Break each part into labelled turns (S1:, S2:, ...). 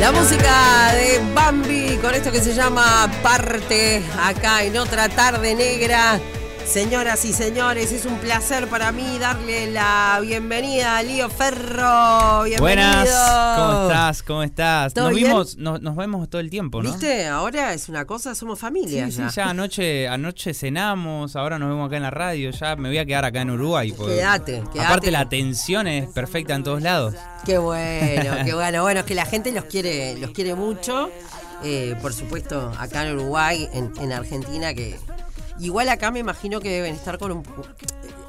S1: La música de Bambi con esto que se llama Parte acá en otra tarde negra. Señoras y señores, es un placer para mí darle la bienvenida a Lío Ferro. Bienvenido.
S2: Buenas, ¿cómo estás? ¿Cómo estás?
S1: ¿Todo
S2: Nos
S1: bien?
S2: vimos, nos, nos vemos todo el tiempo, ¿no?
S1: ¿Viste? Ahora es una cosa, somos familia.
S2: Sí, sí,
S1: ya.
S2: ya anoche, anoche cenamos, ahora nos vemos acá en la radio, ya me voy a quedar acá en Uruguay. porque-
S1: Quédate, quédate.
S2: Aparte la atención es perfecta en todos lados.
S1: Qué bueno, qué bueno. Bueno, es que la gente los quiere, los quiere mucho. Eh, por supuesto, acá en Uruguay, en, en Argentina, que igual acá me imagino que deben estar con un po-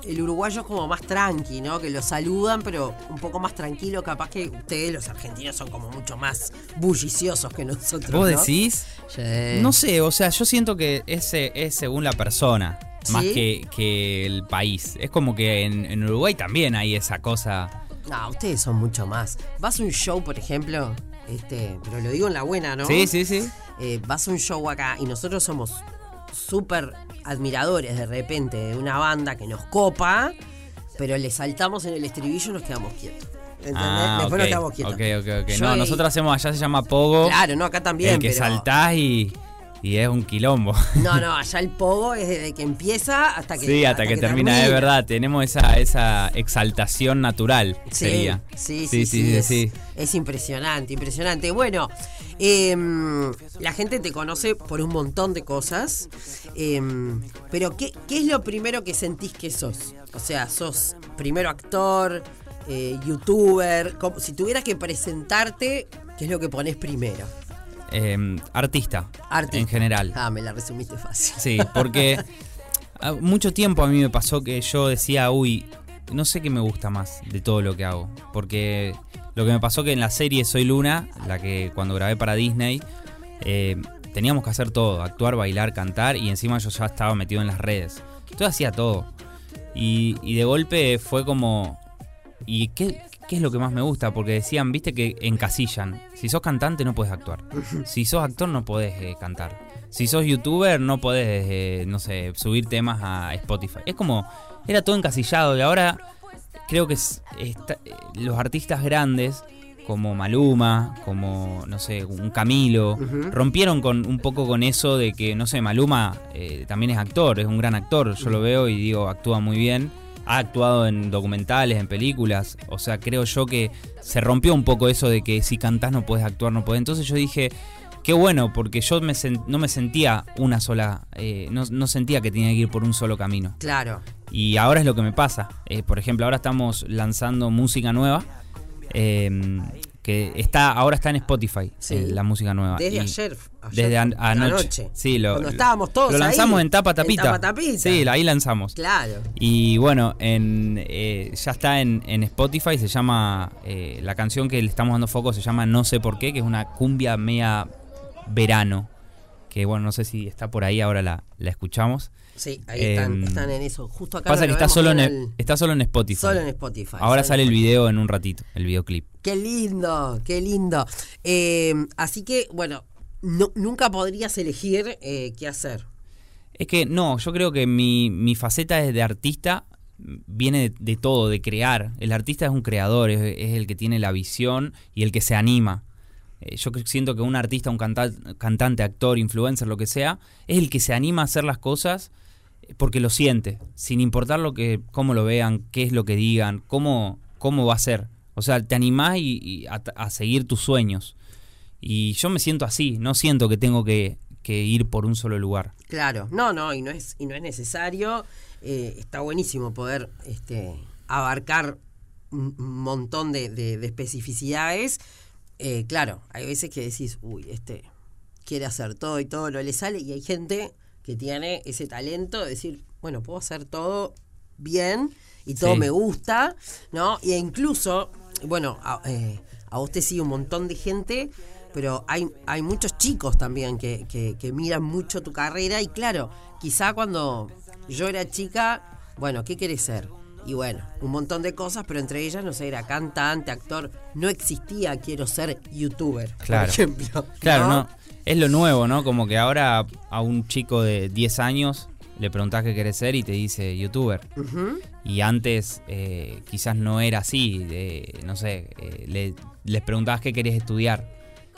S1: el uruguayo es como más tranqui, ¿no? Que los saludan, pero un poco más tranquilo. Capaz que ustedes, los argentinos, son como mucho más bulliciosos que nosotros.
S2: ¿Vos
S1: ¿no? Eh.
S2: decís?
S1: Sí.
S2: No sé, o sea, yo siento que ese es según la persona, más
S1: ¿Sí?
S2: que, que el país. Es como que en, en Uruguay también hay esa cosa.
S1: No, ustedes son mucho más. Vas a un show, por ejemplo, este, pero lo digo en la buena, ¿no?
S2: Sí, sí, sí.
S1: eh, vas a un show acá y nosotros somos súper admiradores de repente de una banda que nos copa, pero le saltamos en el estribillo y nos quedamos quietos. ¿Entendés?
S2: Ah,
S1: Después nos
S2: ok,
S1: quedamos quietos.
S2: Ok, ok, ok.
S1: Yo
S2: No,
S1: he-
S2: nosotros hacemos allá, se llama Pogo.
S1: Claro, no, acá también.
S2: el que
S1: pero-
S2: saltás y, y es un quilombo.
S1: No, no, allá el pogo es desde que empieza hasta que.
S2: sí, hasta, que, termina, es verdad. Tenemos esa, esa exaltación natural,
S1: Sí,
S2: sería.
S1: Sí, sí, sí. es,
S2: sí.
S1: es impresionante, impresionante. Bueno, em, la gente te conoce por un montón de cosas, em, pero ¿qué, qué es lo primero que sentís que sos? O sea, sos primero actor, eh, youtuber, ¿cómo- si tuvieras que presentarte, ¿qué es lo que pones primero?
S2: Eh, artista,
S1: Artista.
S2: en general.
S1: Ah, me la resumiste fácil.
S2: Sí, porque a- mucho tiempo a mí me pasó que yo decía, uy, no sé qué me gusta más de todo lo que hago. Porque lo que me pasó que en la serie Soy Luna, la que cuando grabé para Disney, eh, teníamos que hacer todo, actuar, bailar, cantar y encima yo ya estaba metido en las redes. Yo hacía todo. Y, y de golpe fue como, ¿y qué, qué es lo que más me gusta? Porque decían, viste que encasillan. Si sos cantante no puedes actuar. Si sos actor no podés eh, cantar. Si sos youtuber no podés, eh, no sé, subir temas a Spotify. Es como, era todo encasillado y ahora creo que es- está- eh, los artistas grandes como Maluma, como, no sé, un Camilo,
S1: Ujú.
S2: rompieron con un poco con eso de que, no sé, Maluma eh, también es actor, es un gran actor, yo lo veo y digo, actúa muy bien, ha actuado en documentales, en películas, o sea, creo yo que se rompió un poco eso de que si cantás no podés actuar, no podés. Entonces yo dije, qué bueno, porque yo me sen- no me sentía una sola, eh, no, no sentía que tenía que ir por un solo camino.
S1: Claro.
S2: Y ahora es lo que me pasa. Eh, por ejemplo, ahora estamos lanzando música nueva. eh, que está, ahora está en Spotify,
S1: Sí.
S2: eh, la música nueva.
S1: Desde
S2: Y-
S1: ayer, ayer,
S2: Desde an- anoche.
S1: anoche.
S2: Sí, lo,
S1: Cuando estábamos todos
S2: Lo lanzamos
S1: ahí,
S2: en tapa tapita.
S1: en tapa tapita.
S2: Sí, ahí lanzamos.
S1: Claro.
S2: Y bueno, en, eh, ya está en, en Spotify, se llama, eh, la canción que le estamos dando foco se llama No sé por qué, que es una cumbia media verano, que bueno, no sé si está por ahí, ahora la, la escuchamos.
S1: Sí, ahí están,
S2: Em,
S1: están en eso. Justo acá
S2: Pasa
S1: no
S2: que
S1: lo
S2: está
S1: vemos,
S2: solo, en,
S1: pero
S2: el-
S1: el-
S2: está solo en Spotify.
S1: Solo en Spotify.
S2: Ahora
S1: Solo
S2: sale
S1: en
S2: el video en un ratito, el videoclip.
S1: Qué lindo, qué lindo. Eh, así que, bueno, no- nunca podrías elegir eh, qué hacer.
S2: Es que no, yo creo que mi, mi faceta es de artista m, viene de, de todo, de crear. El artista es un creador, es, es el que tiene la visión y el que se anima. Eh, Yo cre- siento que un artista, un canta- cantante, actor, influencer, lo que sea, es el que se anima a hacer las cosas porque lo siente, sin importar lo que, cómo lo vean, qué es lo que digan, cómo, cómo va a ser. O sea, te animás y, y a, a seguir tus sueños. Y yo me siento así, no siento que tengo que- que ir por un solo lugar.
S1: Claro, no, no, y no es, y no es necesario. Eh, está buenísimo poder este, abarcar un un montón de, de- de especificidades. Eh, claro, hay veces que decís, uy, este quiere hacer todo y todo no le sale, y hay gente que tiene ese talento de decir, bueno, puedo hacer todo bien y todo
S2: Sí.
S1: me gusta, ¿no? E incluso, bueno, a, eh, a vos te sigue un montón de gente, pero hay, hay muchos chicos también que, que- que miran mucho tu carrera y claro, quizá cuando yo era chica, bueno, ¿qué querés ser? Y bueno, un montón de cosas, pero entre ellas, no sé, era cantante, actor, no existía quiero ser youtuber,
S2: Claro.
S1: por ejemplo.
S2: Claro, ¿no? Es lo nuevo, ¿no? Como que ahora a un chico de 10 años le preguntás qué querés ser y te dice youtuber.
S1: Ujú.
S2: Y antes eh, quizás no era así. eh, no sé, eh, le- les preguntabas qué querías estudiar.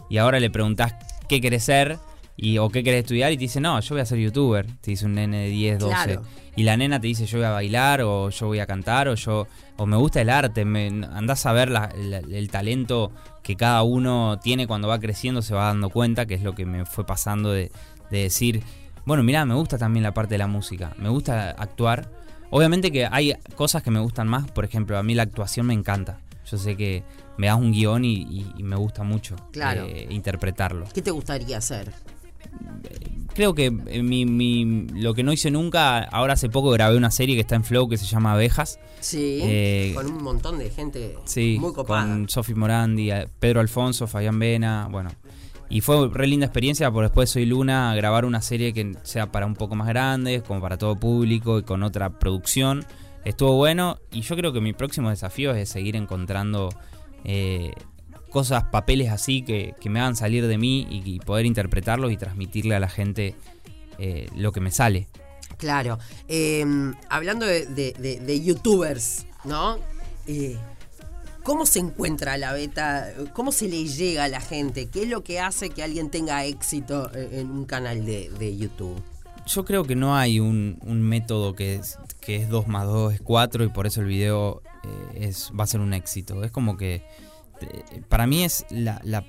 S2: y ahora le preguntás qué querés ser y, o qué querés estudiar y te dice, no, yo voy a ser youtuber, te dice un nene de 10, 12.
S1: Claro.
S2: Y la nena te dice, yo voy a bailar o yo voy a cantar o yo o me gusta el arte, me, andás a ver la- la- el talento que cada uno tiene cuando va creciendo, se va dando cuenta, que es lo que me fue pasando de, de decir, bueno, mirá, me gusta también la parte de la música, me gusta actuar. Obviamente que hay cosas que me gustan más, por ejemplo, a mí la actuación me encanta. Yo sé que me das un guión y, y- y me gusta mucho
S1: Claro.
S2: eh, interpretarlo
S1: ¿Qué te gustaría hacer?
S2: creo que eh, mi, mi- lo que no hice nunca, ahora hace poco grabé una serie que está en Flow que se llama Abejas.
S1: Sí,
S2: Eh,
S1: con un montón de gente
S2: Sí,
S1: muy copada.
S2: con Sofi Morandi, eh, Pedro Alfonso, Fabián Vena, bueno. Y fue re linda experiencia, por después Soy Luna, grabar una serie que sea para un poco más grande, como para todo público y con otra producción. Estuvo bueno y yo creo que mi próximo desafío es seguir encontrando eh, cosas, papeles así que, que me hagan salir de mí y, y poder interpretarlos y transmitirle a la gente eh, lo que me sale.
S1: Claro. Eh, hablando de, de- de- de youtubers, ¿no? Eh, ¿Cómo se encuentra la beta? ¿Cómo se le llega a la gente? ¿Qué es lo que hace que alguien tenga éxito eh, en en un canal de, de YouTube?
S2: Yo creo que no hay un, un método que es, que es 2 más 2 es 4 y por eso el video eh, es, va a ser un éxito. Es como que. eh, para mí es. La, la,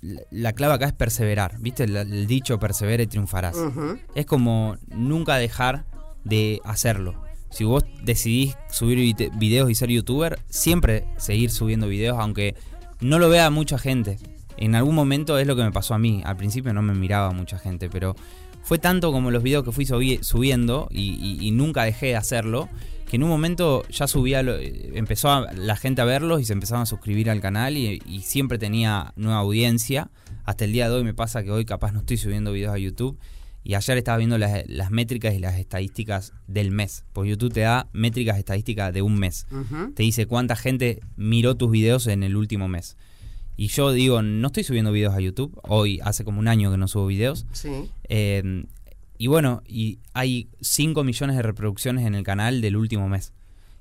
S2: la- la clave acá es perseverar. ¿Viste? El, el dicho persevera y triunfarás.
S1: Ujú.
S2: Es como nunca dejar de hacerlo. Si vos decidís subir vite- videos y ser youtuber, siempre seguir subiendo videos, aunque no lo vea mucha gente. En algún momento es lo que me pasó a mí. Al principio no me miraba mucha gente, pero fue tanto como los videos que fui subi- subiendo y, y- y nunca dejé de hacerlo, que en un momento ya subía, lo- eh, empezó a- la gente a verlos y se empezaron a suscribir al canal y, y siempre tenía nueva audiencia. Hasta el día de hoy me pasa que hoy capaz no estoy subiendo videos a YouTube. Y ayer estaba viendo las, las métricas y las estadísticas del mes. Porque YouTube te da métricas estadísticas de un mes.
S1: Ujú.
S2: Te dice cuánta gente miró tus videos en el último mes. Y yo digo, no estoy subiendo videos a YouTube. Hoy hace como un año que no subo videos.
S1: Sí.
S2: Eh, y bueno, y hay 5 millones de reproducciones en el canal del último mes.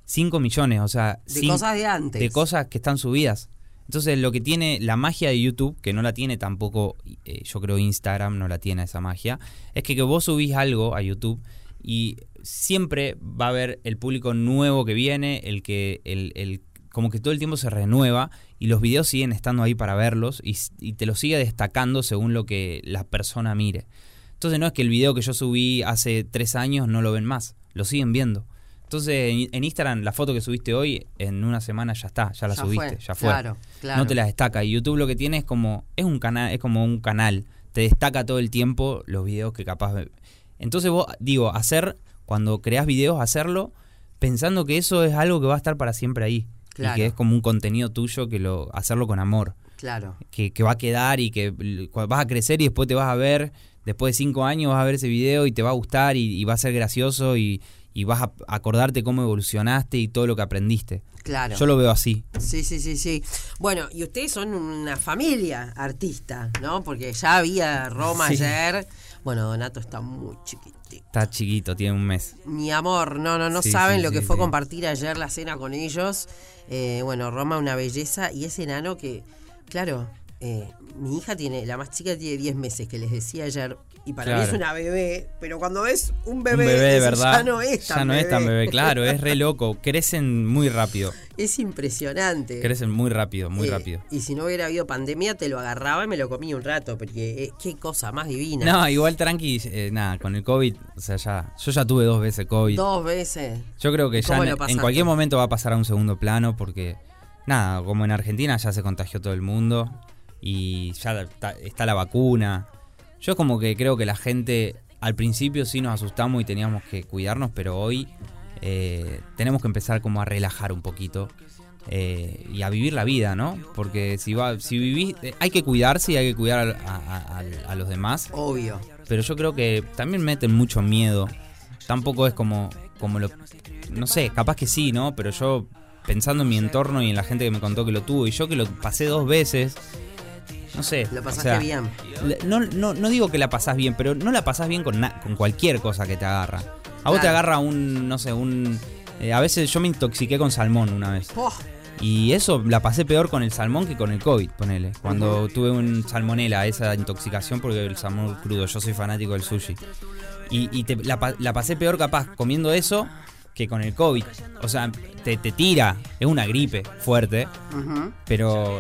S2: 5 millones, o sea...
S1: De
S2: cin-
S1: cosas de antes.
S2: de cosas que están subidas. Entonces, lo que tiene la magia de YouTube, que no la tiene tampoco, eh, yo creo Instagram no la tiene esa magia, es que, que vos subís algo a YouTube y siempre va a haber el público nuevo que viene, el que, el, el- como que todo el tiempo se renueva y los videos siguen estando ahí para verlos y, s- y te los sigue destacando según lo que la persona mire. Entonces, no es que el video que yo subí hace tres años no lo ven más, lo siguen viendo. Entonces, en, en Instagram, la foto que subiste hoy, en una semana ya está, ya la
S1: Ya
S2: subiste,
S1: fue,
S2: ya fue.
S1: claro, claro.
S2: No te la destaca. Y YouTube lo que tiene es como, es un canal, es como un canal. Te destaca todo el tiempo los videos que capaz. ve- Entonces vos, digo, hacer, cuando creas videos, hacerlo pensando que eso es algo que va a estar para siempre ahí.
S1: Claro.
S2: Y que es como un contenido tuyo que lo, hacerlo con amor
S1: Claro.
S2: que, que va a quedar y que l- cua- vas a crecer y después te vas a ver, después de cinco años vas a ver ese video y te va a gustar y, y va a ser gracioso y, y vas a acordarte cómo evolucionaste y todo lo que aprendiste.
S1: Claro.
S2: Yo lo veo así.
S1: Sí, sí, sí, sí. Bueno, y ustedes son una familia artista, ¿no? Porque ya había Roma
S2: Sí.
S1: ayer. Bueno, Donato está muy chiquitito.
S2: Está chiquito, tiene un mes.
S1: Mi amor, no, no, no
S2: Sí,
S1: saben
S2: sí,
S1: lo que
S2: sí,
S1: fue
S2: sí.
S1: compartir ayer la cena con ellos. Eh, bueno, Roma, una belleza. Y ese enano que, claro, eh, mi hija tiene, la más chica tiene 10 meses, que les decía ayer. Y para mí
S2: Claro.
S1: es una bebé, pero cuando ves un
S2: Un
S1: bebé,
S2: bebé de
S1: decís,
S2: verdad.
S1: ya no es tan
S2: Ya no
S1: bebé.
S2: es tan bebé, claro, es re loco. Crecen muy rápido.
S1: Es impresionante.
S2: Crecen muy rápido, muy
S1: Eh,
S2: rápido.
S1: Y si no hubiera habido pandemia, te lo agarraba y me lo comía un rato, porque eh, qué cosa más divina.
S2: No, igual tranqui, eh, nada, con el COVID, o sea, ya, yo ya tuve dos veces COVID.
S1: Dos veces.
S2: Yo creo que ya
S1: ¿Cómo
S2: en,
S1: lo
S2: en
S1: pasaste?
S2: cualquier momento va a pasar a un segundo plano porque, nada, como en Argentina ya se contagió todo el mundo y ya está, está la vacuna. Yo como que creo que la gente, al principio sí nos asustamos y teníamos que cuidarnos, pero hoy eh, tenemos que empezar como a relajar un poquito eh, y a vivir la vida, ¿no? Porque si, va, si vivís, eh, hay que cuidarse y hay que cuidar a- a- a- a los demás
S1: Obvio.
S2: pero yo creo que también meten mucho miedo. Tampoco es como, como lo... No sé, capaz que sí, ¿no? Pero yo pensando en mi entorno y en la gente que me contó que lo tuvo y yo que lo pasé dos veces, no sé.
S1: Lo
S2: o
S1: pasaste
S2: sea, eh,
S1: bien.
S2: la- No, no, no digo que la pasás bien, pero no la pasás bien con, na- con cualquier cosa que te agarra. A vos te
S1: Claro.
S2: agarra un, no sé, un... eh, a veces yo me intoxiqué con salmón una vez.
S1: Po,
S2: Y eso la pasé peor con el salmón que con el COVID, ponele. Cuando tuve un salmonela, esa intoxicación, porque el salmón crudo, yo soy fanático del sushi. Y, y te- la, pa- la pasé peor capaz comiendo eso que con el COVID. O sea, te, te tira, es una gripe fuerte,
S1: Ujú.
S2: pero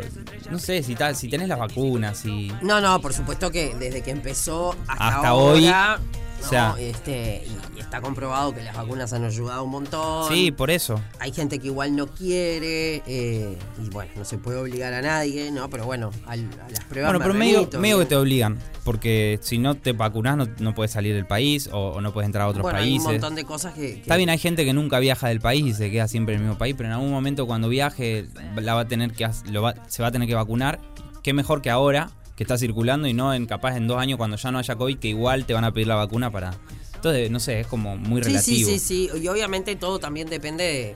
S2: no sé, si, tal, si tenés las vacunas, si...
S1: No, no, por supuesto que desde que empezó hasta,
S2: Hasta hoy,
S1: ahora.
S2: o
S1: no,
S2: sea.
S1: este, y, y está comprobado que las vacunas han ayudado un montón.
S2: Sí, por eso.
S1: Hay gente que igual no quiere, eh, y bueno, no se puede obligar a nadie, ¿no? Pero bueno, al- a las pruebas.
S2: Bueno,
S1: me
S2: pero medio,
S1: remito,
S2: medio que
S1: bien.
S2: te obligan, porque si no te vacunás no, no puedes salir del país o, o no puedes entrar a otros
S1: bueno,
S2: países.
S1: Hay un montón de cosas que. que-
S2: Está bien, hay gente que nunca viaja del país y se queda siempre en el mismo país, pero en algún momento cuando viaje la va a tener que hac- lo va- se va a tener que vacunar. Qué mejor que ahora que está circulando y no en capaz en dos años cuando ya no haya COVID que igual te van a pedir la vacuna para. Entonces, no sé, es como muy
S1: Sí, sí,
S2: relativo.
S1: sí, sí. Y obviamente todo también depende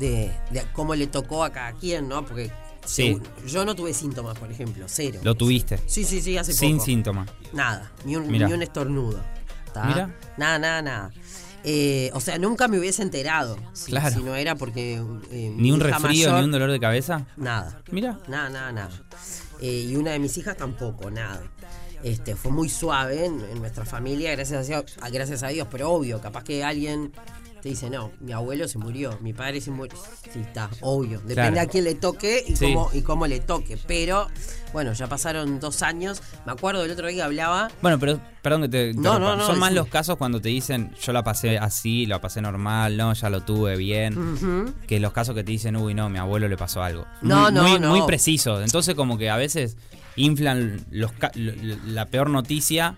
S1: de, de- de cómo le tocó a cada quien, ¿no? Porque
S2: Sí.
S1: según- yo no tuve síntomas, por ejemplo, cero.
S2: Lo tuviste.
S1: Sí, sí, sí, hace
S2: Sin
S1: poco.
S2: síntomas.
S1: Nada, ni un,
S2: Mirá.
S1: ni un estornudo. ¿tá?
S2: Mirá.
S1: Nada, nada, nada. Eh, o sea, nunca me hubiese enterado si,
S2: Claro.
S1: si no era porque. eh, mi
S2: Ni un
S1: hija
S2: resfrío,
S1: mayor-
S2: ni un dolor de cabeza.
S1: Nada,
S2: Mira.
S1: nada, nada, nada. Eh, y una de mis hijas tampoco, nada. Este, fue muy suave en, en nuestra familia, gracias a, Dios- a- gracias a Dios, pero obvio, capaz que alguien te dice, no, mi abuelo se murió, mi padre se murió. Sí, está, obvio. Depende
S2: Claro.
S1: a quién le toque y,
S2: Sí.
S1: cómo, y cómo le toque. Pero, bueno, ya pasaron dos años. Me acuerdo el otro día hablaba
S2: Bueno, pero perdón que te interrumpa.
S1: no, no,
S2: Son más
S1: decime.
S2: los casos cuando te dicen yo la pasé así, la pasé normal, no, ya lo tuve bien. Que los casos que te dicen, uy, no, mi abuelo le pasó algo.
S1: No,
S2: muy,
S1: no,
S2: muy,
S1: no.
S2: Muy preciso. Entonces, como que a veces inflan los ca- l- l- la peor noticia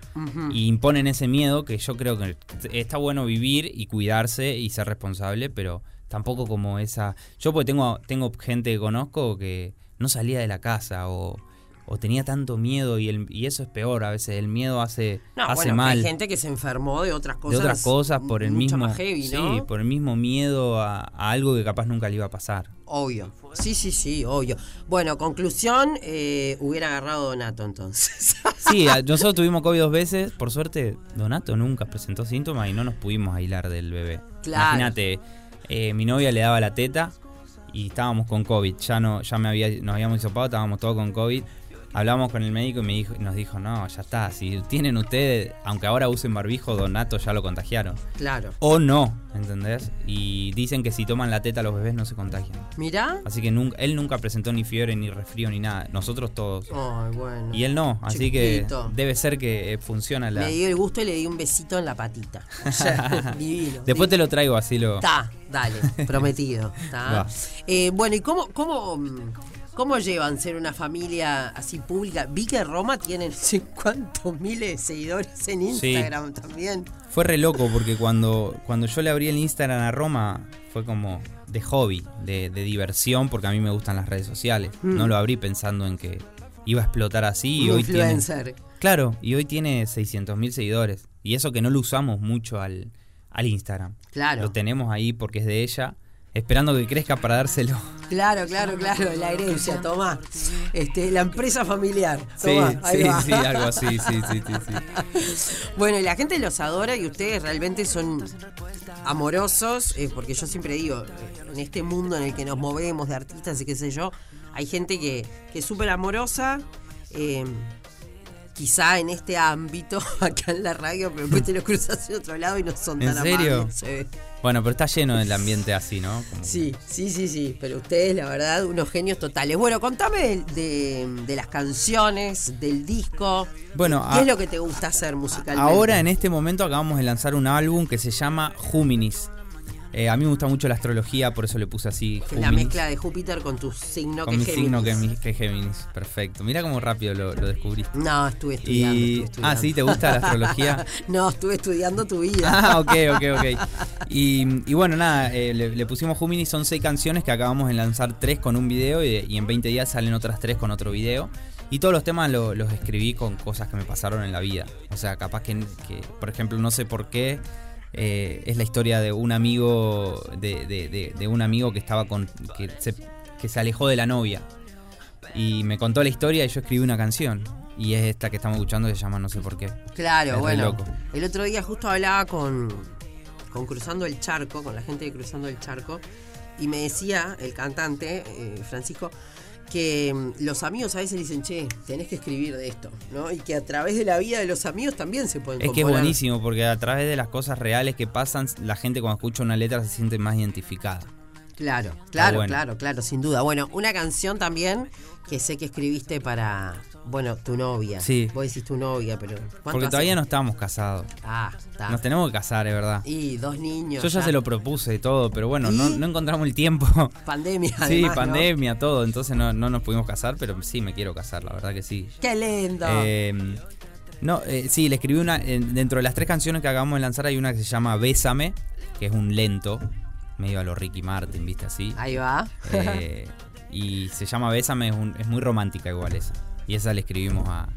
S2: y imponen ese miedo que yo creo que está bueno vivir y cuidarse y ser responsable, pero tampoco como esa. Yo, porque tengo, tengo gente que conozco que no salía de la casa o. o tenía tanto miedo y, el- y eso es peor a veces. El miedo hace,
S1: No,
S2: hace
S1: bueno,
S2: mal
S1: Hay gente que se enfermó de otras cosas.
S2: de otras cosas por el
S1: mucho
S2: mismo
S1: más heavy, ¿no?
S2: sí por el mismo miedo a, a algo que capaz nunca le iba a pasar
S1: Obvio. Sí, sí, sí, obvio. Bueno, conclusión, eh, hubiera agarrado Donato entonces.
S2: sí a- nosotros tuvimos covid dos veces por suerte Donato nunca presentó síntomas y no nos pudimos aislar del bebé
S1: Claro.
S2: imagínate eh, mi novia le daba la teta y estábamos con covid ya no ya me había nos habíamos hisopado estábamos todos con covid Hablamos con el médico y me dijo, nos dijo, no, ya está, si tienen ustedes, aunque ahora usen barbijo, Donato ya lo contagiaron.
S1: claro.
S2: O no, ¿entendés? Y dicen que si toman la teta los bebés no se contagian.
S1: Mirá.
S2: Así que nunca, él nunca presentó ni fiebre, ni resfrío, ni nada. Nosotros todos.
S1: Ay, bueno.
S2: Y él no, así
S1: Chiquitito.
S2: que debe ser que eh, funciona la...
S1: Me dio el gusto y le di un besito en la patita. Ya, Divino.
S2: Después te lo traigo así lo...
S1: Está, dale, prometido. ta.
S2: Va.
S1: Eh, bueno, ¿y cómo, cómo, mm, cómo llevan ser una familia así pública? Vi que Roma tiene no sé cuántos miles de seguidores en Instagram también.
S2: Fue re loco porque cuando, cuando yo le abrí el Instagram a Roma fue como de hobby, de, de diversión, porque a mí me gustan las redes sociales. No lo abrí pensando en que iba a explotar así
S1: Mm.
S2: y
S1: Un
S2: hoy tiene...
S1: influencer.
S2: Claro, y hoy tiene 600.000 seguidores. Y eso que no lo usamos mucho al, al Instagram.
S1: Claro.
S2: Lo tenemos ahí porque es de ella, esperando que crezca para dárselo.
S1: Claro, claro, claro, la herencia, tomá. Este, la empresa familiar.
S2: Sí,
S1: Tomá, ahí
S2: sí,
S1: va.
S2: sí, algo así, sí, sí, sí, sí.
S1: Bueno, y la gente los adora y ustedes realmente son amorosos, eh, porque yo siempre digo, eh, en este mundo en el que nos movemos de artistas y qué sé yo, hay gente que, que es súper amorosa. eh, Quizá en este ámbito, acá en la radio, pero después te los cruzas en otro lado y no son tan
S2: ¿En serio?
S1: amables, eh. se ve.
S2: Bueno, pero está lleno el ambiente así, ¿no? Como-
S1: Sí, sí, sí, sí. Pero ustedes, la verdad, unos genios totales. Bueno, contame de, de- de las canciones, del disco.
S2: Bueno,
S1: ¿Qué
S2: a-
S1: es lo que te gusta hacer musicalmente?
S2: Ahora, en este momento, acabamos de lanzar un álbum que se llama Juminis. Eh, a mí me gusta mucho la astrología, por eso le puse así
S1: Que es la
S2: Juminis,
S1: mezcla de Júpiter con tu signo
S2: Con
S1: que
S2: mi
S1: es Géminis.
S2: signo que es, mi- que es Géminis. Perfecto. Mira cómo rápido lo, lo descubriste.
S1: No, estuve estudiando.
S2: Y...
S1: estuve estudiando.
S2: Ah, sí, ¿te gusta la astrología?
S1: No, estuve estudiando tu vida.
S2: Ah, ok, ok, ok. Y, y bueno, nada, eh, le, le pusimos Jumini, son seis canciones que acabamos de lanzar tres con un video y, y en 20 días salen otras tres con otro video. Y todos los temas lo- los escribí con cosas que me pasaron en la vida. O sea, capaz que, que, por ejemplo, no sé por qué. eh, es la historia de un amigo de, de- de- de un amigo que estaba con que se, que se alejó de la novia y me contó la historia y yo escribí una canción y es esta que estamos escuchando que se llama no sé por qué
S1: Claro,
S2: Es re
S1: bueno.
S2: loco.
S1: El otro día justo hablaba con, con Cruzando el Charco, con la gente de Cruzando el Charco, y me decía el cantante, eh, Francisco, que mm, los amigos a veces dicen, che, tenés que escribir de esto, ¿no? Y que a través de la vida de los amigos también se pueden
S2: Es que es
S1: componer.
S2: buenísimo porque a través de las cosas reales que pasan, la gente cuando escucha una letra se siente más identificada.
S1: Claro, claro,
S2: bueno.
S1: claro, claro, sin duda. Bueno, una canción también que sé que escribiste para, bueno, tu novia.
S2: Sí.
S1: Vos decís tu novia, pero... ¿cuánto
S2: Porque
S1: hace?
S2: todavía no estábamos casados.
S1: Ah, está.
S2: Nos tenemos que casar, es verdad.
S1: Y dos niños.
S2: Yo ya se lo propuse y todo, pero bueno, no,
S1: ¿Y?
S2: no encontramos el tiempo.
S1: Pandemia,
S2: sí,
S1: además, ¿no?
S2: pandemia, todo, entonces no, no nos pudimos casar, pero sí me quiero casar, la verdad que sí.
S1: ¡Qué lindo!
S2: Eh, no, eh, sí, le escribí una. en- dentro de las tres canciones que acabamos de lanzar hay una que se llama Bésame, que es un lento, medio a lo Ricky Martin, viste así.
S1: Ahí va.
S2: Eh, y se llama Bésame, es, un- es muy romántica igual esa. Y esa le escribimos a.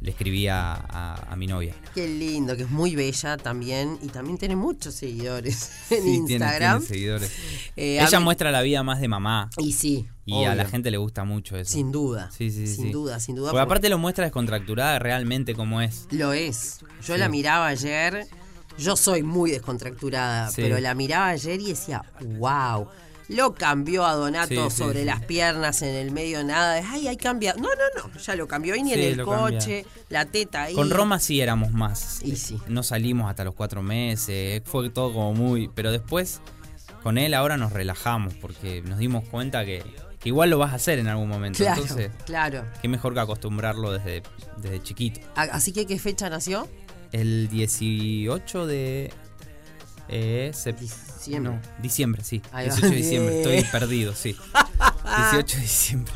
S2: Le escribí a, a- a mi novia.
S1: Qué lindo, que es muy bella también. Y también tiene muchos seguidores en
S2: Sí, tiene- tiene
S1: Instagram.
S2: seguidores.
S1: Eh,
S2: Ella
S1: a mí-
S2: muestra la vida más de mamá.
S1: Y sí.
S2: Y
S1: obvio.
S2: a la gente le gusta mucho eso.
S1: Sin duda.
S2: Sí, sí,
S1: sin
S2: sí.
S1: duda, sin duda.
S2: Porque
S1: porque
S2: aparte lo muestra descontracturada realmente como es.
S1: Lo es. Yo
S2: Sí.
S1: la miraba ayer. Yo soy muy descontracturada,
S2: Sí.
S1: pero la miraba ayer y decía, wow. Lo cambió a Donato
S2: Sí, sí,
S1: sobre
S2: sí.
S1: las piernas, en el medio nada. es, Ay, hay cambiado. No, no, no. Ya lo cambió. Y ni
S2: Sí,
S1: en el
S2: lo cambia.
S1: coche, la teta ahí.
S2: Con Roma sí éramos más.
S1: Y sí.
S2: No salimos hasta los cuatro meses, fue todo como muy... Pero después, con él ahora nos relajamos porque nos dimos cuenta que, que igual lo vas a hacer en algún momento.
S1: Claro,
S2: Entonces,
S1: claro.
S2: qué mejor que acostumbrarlo desde, desde chiquito.
S1: A- Ah, Así que, ¿qué fecha nació?
S2: El 18 de... eh, sep-
S1: Diciembre.
S2: no, diciembre, sí.
S1: Ahí va.
S2: 18 de diciembre,
S1: Bien.
S2: estoy perdido, sí. 18 de diciembre.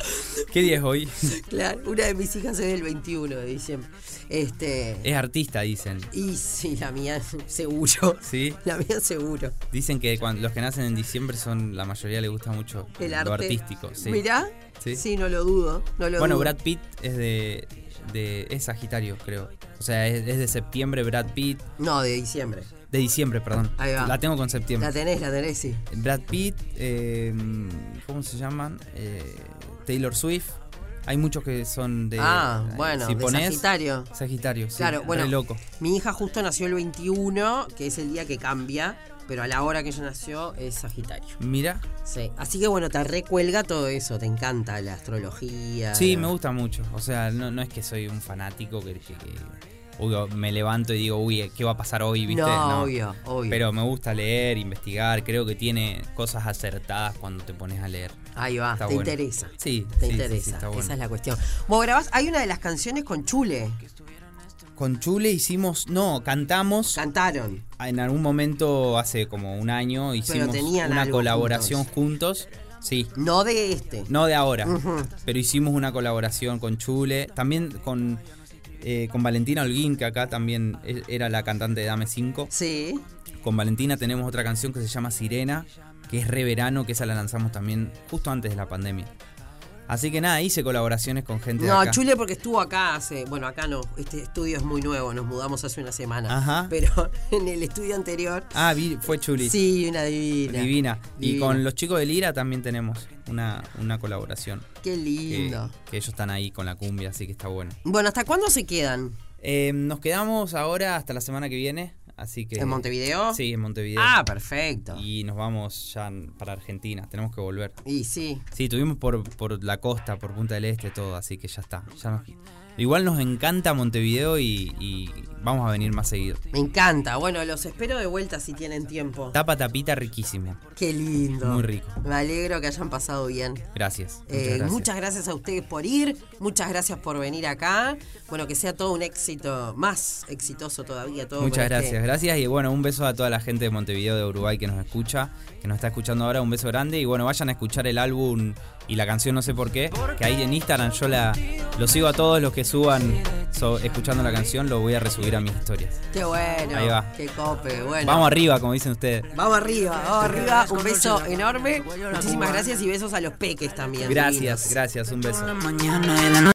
S2: ¿Qué día es hoy?
S1: Claro, una de mis hijas es del 21 de diciembre. Este.
S2: Es artista, dicen.
S1: Y sí, la mía, seguro.
S2: Sí.
S1: La mía, seguro.
S2: Dicen que cuando, los que nacen en diciembre son la mayoría le gusta mucho
S1: El
S2: lo
S1: arte.
S2: artístico. Sí.
S1: Mirá. Sí.
S2: Sí.
S1: no lo dudo. No lo
S2: bueno,
S1: dudo.
S2: Brad Pitt es de, de es Sagitario, creo. O sea, es, es de septiembre Brad Pitt,
S1: No, de diciembre.
S2: de diciembre, perdón.
S1: Ahí va.
S2: La tengo con septiembre.
S1: La tenés, la tenés, sí.
S2: Brad Pitt, eh, ¿cómo se llaman? Eh, Taylor Swift. Hay muchos que son de
S1: ah,
S2: eh,
S1: bueno,
S2: si
S1: de
S2: ponés-
S1: Sagitario.
S2: Sagitario, sí,
S1: Claro, bueno.
S2: re loco.
S1: Mi hija justo nació el 21, que es el día que cambia, pero a la hora que ella nació es Sagitario.
S2: Mira,
S1: Sí. Así que bueno, te recuelga todo eso, te encanta la astrología.
S2: Sí,
S1: la-
S2: me gusta mucho. O sea, no, no es que soy un fanático que, que- que- uy, me levanto y digo, uy, ¿qué va a pasar hoy? ¿Viste?
S1: No, obvio, obvio.
S2: Pero me gusta leer, investigar. Creo que tiene cosas acertadas cuando te pones a leer.
S1: Ahí va,
S2: Está
S1: te
S2: bueno.
S1: interesa.
S2: Sí,
S1: Te
S2: sí, sí, sí,
S1: interesa,
S2: está bueno.
S1: esa es la cuestión. Vos grabás, hay una de las canciones con Chule.
S2: Con Chule hicimos, no, cantamos.
S1: Cantaron.
S2: en algún momento, hace como un año, hicimos
S1: tenían
S2: una
S1: algo
S2: colaboración juntos. Sí.
S1: No de este.
S2: No de ahora,
S1: Ujú.
S2: pero hicimos una colaboración con Chule, también con, eh, con Valentina Holguín, que acá también e- era la cantante de Dame 5.
S1: Sí.
S2: Con Valentina tenemos otra canción que se llama Sirena, que es re verano, que esa la lanzamos también justo antes de la pandemia. Así que nada, hice colaboraciones con gente de
S1: No,
S2: acá.
S1: Chule porque estuvo acá hace, bueno, acá no, este estudio es muy nuevo, nos mudamos hace una semana.
S2: Ajá.
S1: Pero en el estudio anterior,
S2: Ah, vi- fue Chuli.
S1: sí, una divina.
S2: Divina. Y
S1: Divina.
S2: con los chicos de Lira también tenemos una, una colaboración.
S1: Qué
S2: que-
S1: lindo.
S2: que ellos están ahí con la cumbia, así que está bueno.
S1: Bueno, ¿hasta cuándo se quedan?
S2: Eh, nos quedamos ahora hasta la semana que viene, así que...
S1: ¿En Montevideo?
S2: Sí, en Montevideo.
S1: Ah, perfecto. Y,
S2: Y nos vamos ya n- para Argentina, tenemos que volver.
S1: sí,
S2: Sí, tuvimos por, por la costa, por Punta del Este, todo, así que ya está. ya nos- Igual nos encanta Montevideo y, y vamos a venir más seguido.
S1: me encanta. Bueno, los espero de vuelta si tienen tiempo.
S2: Tapa tapita riquísimo.
S1: Qué lindo.
S2: Muy rico.
S1: Me alegro que hayan pasado bien.
S2: Gracias. Muchas
S1: Eh,
S2: gracias.
S1: muchas gracias a ustedes por ir, muchas gracias por venir acá. Bueno, que sea todo un éxito, más exitoso todavía todo.
S2: Muchas
S1: con este-
S2: gracias, gracias y bueno, un beso a toda la gente de Montevideo, de Uruguay que nos escucha, que nos está escuchando ahora, un beso grande y bueno, vayan a escuchar el álbum y la canción No sé por qué, que ahí en Instagram yo la lo sigo a todos los que suban so- escuchando la canción, lo voy a resubir a mis historias.
S1: Qué bueno.
S2: Ahí va.
S1: Qué cope. Bueno.
S2: Vamos arriba, como dicen ustedes.
S1: Vamos arriba, vamos arriba. Un beso enorme. Muchísimas gracias y besos a los peques también. divinos.
S2: Gracias, gracias, un beso.